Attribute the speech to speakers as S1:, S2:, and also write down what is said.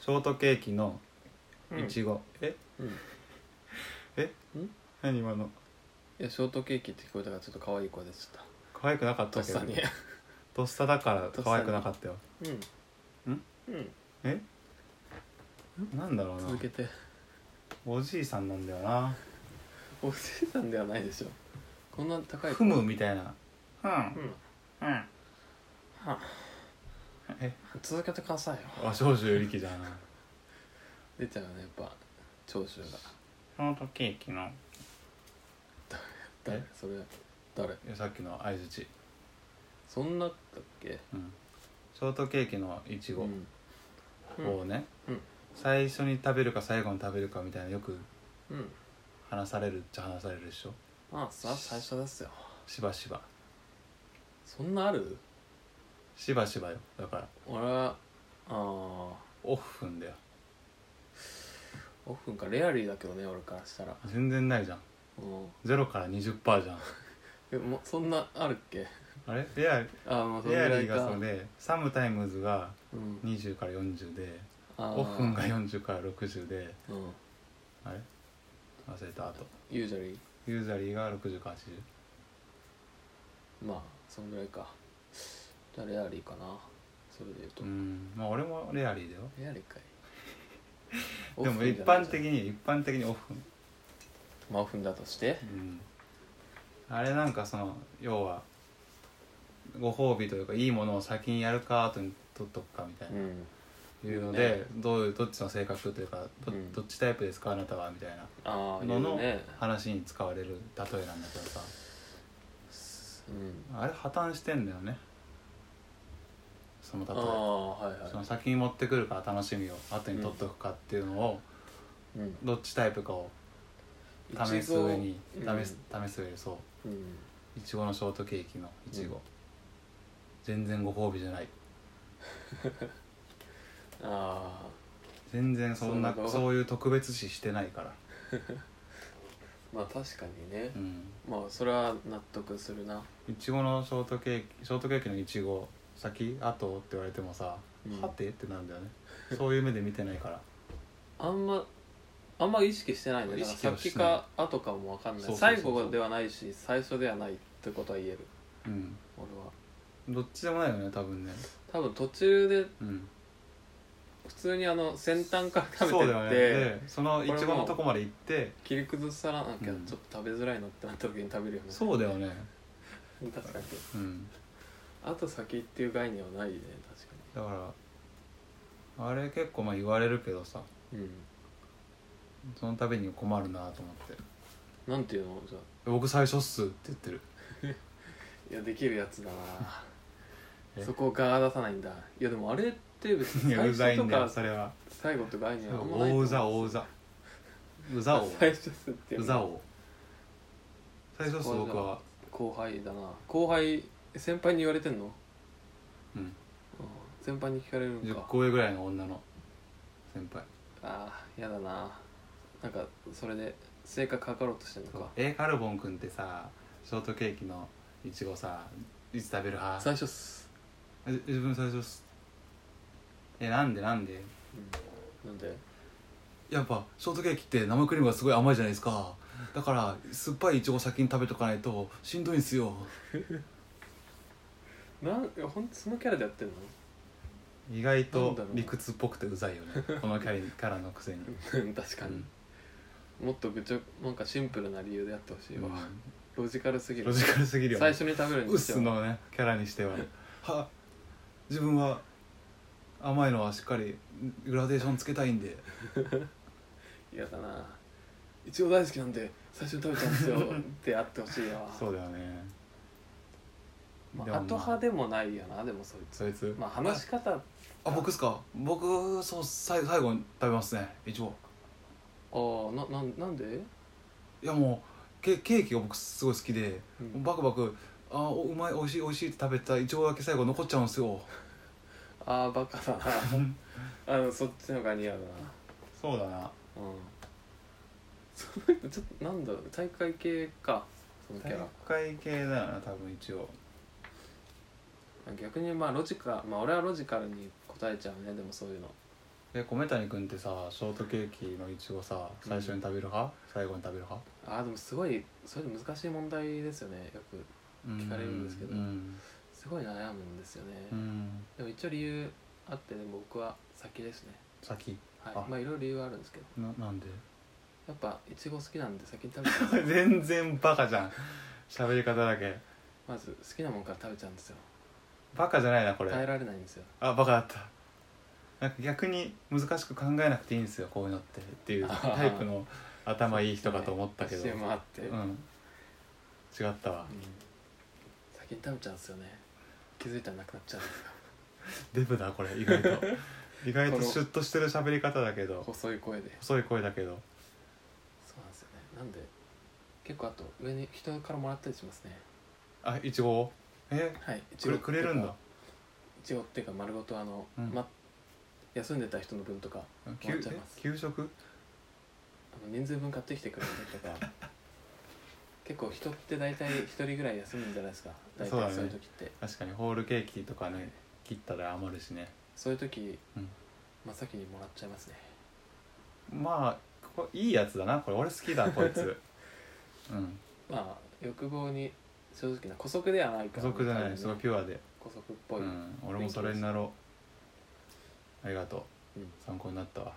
S1: ショートケーキの
S2: うん
S1: いちごえ
S3: うん、い
S1: 何今の
S3: やショートケーキって聞こえたからちょっと可愛い声でちょっ
S1: 可愛くなかっ
S3: とと
S1: た
S3: っ
S1: けど
S3: さに
S1: とっさだから可愛くなかったよ
S3: うん
S1: ん
S3: うん
S1: えなんだろうな
S3: 続けて
S1: おじいさんなんだよな
S3: おじいさんではないでしょこんな高い
S1: ふむみたいなうん
S3: う
S1: うん
S3: んは
S1: え
S3: 続けてくださいよ
S1: あ長州力じゃん
S3: 出ちゃうねやっぱ長州が
S1: ショートケーキの
S3: 誰
S1: え
S3: それ誰
S1: いやさっきの相づち
S3: そんなだっけ
S1: うんショートケーキのいちご
S3: うん
S1: をね、
S3: うん
S1: 最初に食べるか最後に食べるかみたいなよく
S3: うん
S1: 話されるっちゃ話されるでしょ
S3: まあさ最初ですよ
S1: しばしば
S3: そんなある
S1: しばしばよだから
S3: 俺はあ
S1: オフんだよ
S3: ーオフンかレアリーだけどね俺からしたら
S1: 全然ないじゃん
S3: うん
S1: 0から20%じゃん
S3: えもうそんなあるっけ
S1: あれレア
S3: あーまあそ
S1: レ
S3: れ
S1: ア
S3: ぐら
S1: リー
S3: いか
S1: がそうでサムタイムズが
S3: うん
S1: 20から40で
S3: あー
S1: オフンが40から60で
S3: うん
S1: あれ忘れたあと
S3: ユージャリ
S1: ユーザリーが60か80
S3: ーまあそんぐらいかじゃあレアリーかなそれで言うと、
S1: うんまあ俺もレアリーだよ
S3: レアリーかい
S1: でも一般的に一般的にオフン
S3: まあオフンだとして
S1: うんあれなんかその要はご褒美というかいいものを先にやるか後に取っとくかみたいうな、
S3: ん
S1: いうの
S3: いい
S1: でどういうどっちの性格というかど,、
S3: うん
S1: どっちタイプですかあなたはみたいな
S3: ああ
S1: のの
S3: ね
S1: 話に使われる例えなんだけどさ
S3: うん
S1: あれ破綻してんだよねその
S3: あ
S1: 例え
S3: あはい
S1: そ
S3: は
S1: の先に持ってくるから楽しみを後に取っとくかっていうのを、
S3: い、うん、
S1: どっちタイプかを試す上に試す、試す上でそう
S3: 一応、うん
S1: いちごのショートケーキのいちご、
S3: うん
S1: 全然ご褒美じゃない
S3: あ
S1: 全然そんな
S3: そんな
S1: そういう特別視してないから
S3: あまあ確かにね
S1: う、ん
S3: まあそれは納得するな、
S1: いちごのショートケーキショートケーキのいちご先あとって言われてもさ、
S3: うん
S1: はてってなるんだよ ねそういう目で見てないから
S3: あんまあんま意識してないねだか
S1: 意
S3: ら
S1: 識はしない
S3: 先か後かも分かんない
S1: そうそうそうそう
S3: 最後ではないし最初ではないってことは言える
S1: うん
S3: 俺は
S1: どっちでもないよね多分ね
S3: 多分途中で
S1: うん
S3: 普通にあの先端から食
S1: そうだ
S3: べて
S1: よ
S3: っ
S1: ね
S3: て、
S1: でそのいちごのとこまで行って
S3: 切り崩さなきゃちょ
S1: う
S3: っ
S1: ん
S3: と食べづらいなってなった時に食べるよね、
S1: そうだよね
S3: 確かに
S1: うん
S3: あと先っていう概念はないね確か
S1: だからあれ結構まあ言われるけどさ
S3: にうん
S1: その度に困るなと思って
S3: なんていうのじゃあ
S1: 僕最初っすって言ってる
S3: いやできるやつだ
S1: え
S3: なそこをガー出さないんだいやでもあれって別
S1: い
S3: に
S1: や
S3: 最
S1: うざい
S3: 初と
S1: んだよ
S3: か
S1: それは
S3: 最後と概念はあんまない
S1: 大うざ
S3: お
S1: 大う ざうざお
S3: 最初っすって
S1: うざお最初っす
S3: そうだ
S1: 僕は
S3: 後輩だな後輩先輩に言われてんの
S1: うん
S3: うん先輩に聞かれるん
S1: 10
S3: か
S1: 個上ぐらいの女の先輩
S3: ああやだななんかそれで性格かかろうとしてんのか
S1: A カルボン君ってさショートケーキのいちごさいつ食べる派
S3: 最初っす、
S1: え自分最初っすえなんでなんで
S3: うん、なんで
S1: やっぱショートケーキって生クリームがすごい甘いじゃないですかだから酸っぱいいちご先に食べとかないとしんどいんすよ
S3: なんいやほんとそのキャラでやってんの
S1: 意外
S3: なん
S1: と
S3: だろう
S1: 理屈っぽくてうざいよねこのキャリキャラの くせに
S3: うん確かに、もっとぐちょなんかシンプルな理由でやってほしいわ、ロジカルすぎる
S1: ロジカルすぎるよね
S3: 最初に食べる
S1: ウ
S3: に
S1: ッ
S3: して
S1: ス
S3: は
S1: のねキャラにしてはは自分は甘いのはしっかりグラデーションつけたいんで
S3: 嫌だな一応大好きなんで最初に食べたんです よってあってほしいわ
S1: そうだよね
S3: まあ
S1: でもまあ
S3: 後派でもないよなでもそいつ
S1: そいつ
S3: まあ話し方
S1: あ僕っすか僕そう最最後に食べますね一応
S3: ああななんなんで
S1: いやもうケケーキが僕すごい好きで、
S3: うん
S1: バクバクあおうまいおいしいおいしいって食べたいちごだけ最後残っちゃうんですよ
S3: ああバカだなあのそっちの方が似合うな
S1: そうだな
S3: うんその人ちょっとなんだろう大会系かそのキャラ
S1: 会系だよな多分一応
S3: 逆にまあロジカまあ俺はロジカルに答えちゃうねでもそういうの
S1: え米谷君ってさショートケーキのいちごさ最初に食べる派、最後に食べる派
S3: あーでもすごいそれ難しい問題ですよねよく聞かれるんですけど
S1: うん、
S3: すごい悩むんですよね、
S1: うん、
S3: でも一応理由あってでも僕は先ですね
S1: 先
S3: はい
S1: あ
S3: まあいろいろ理由はあるんですけど
S1: ななんで
S3: やっぱいちご好きなんで先に食べちゃうんですよ
S1: 全然バカじゃん喋り方だけ
S3: まず好きなもんから食べちゃうんですよ
S1: バカじゃないなこ
S3: 耐え
S1: れ
S3: られないんですよ
S1: あバカだったなんか逆に難しく考えなくていいんですよこういうのってっていうタイプの頭いい人かと思ったけど、
S3: そうですね CM あって、
S1: う
S3: うん
S1: ん違ったわ
S3: 先に食べちゃうんですよね気づいたらなくなっ ちゃうんですよ
S1: デブだこれ意 外と意外と
S3: この
S1: シュッとしてる喋り方だけど
S3: 細い声で
S1: 細い声だけど
S3: そうなんですよねなんで結構あと上に人からもらったりしますね
S1: あいちごをえ
S3: はいい
S1: くれくれるんだ
S3: いちごっていうか丸ごとあの、
S1: うん
S3: ま、休んでた人の分とか
S1: きゅ
S3: もらっちゃいます
S1: え給食
S3: あの人数分買ってきてくれたりとか 結構人って大体一人ぐらい休むんじゃないですか大
S1: そうだ
S3: 体
S1: ね
S3: そういう時って
S1: 確かにホールケーキとかね切ったら余るしね
S3: そう,、いう時、
S1: うん
S3: 真っ先にもらっちゃいますね
S1: まあこいいやつだなこれ俺好きだこい つうん
S3: まあ欲望に正直な姑息ではない
S1: 家
S3: から
S1: 族じゃない
S3: ね
S1: すごいピュアで、
S3: 姑息っ
S1: う
S3: ぽい、
S1: ん、俺もそれになろうありがとう
S3: うん
S1: 参考になったわ